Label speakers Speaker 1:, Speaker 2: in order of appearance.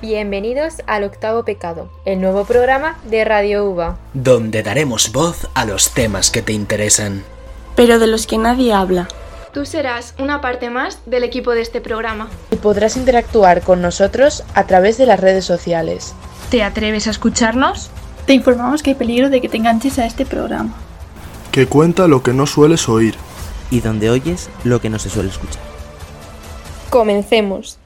Speaker 1: Bienvenidos al Octavo Pecado, el nuevo programa de Radio UBA.
Speaker 2: donde daremos voz a los temas que te interesan.
Speaker 3: pero de los que nadie habla.
Speaker 4: Tú serás una parte más del equipo de este programa.
Speaker 5: y podrás interactuar con nosotros a través de las redes sociales.
Speaker 6: ¿Te atreves a escucharnos?
Speaker 7: Te informamos que hay peligro de que te enganches a este programa.
Speaker 8: que cuenta lo que no sueles oír.
Speaker 9: y donde oyes lo que no se suele escuchar.
Speaker 1: Comencemos.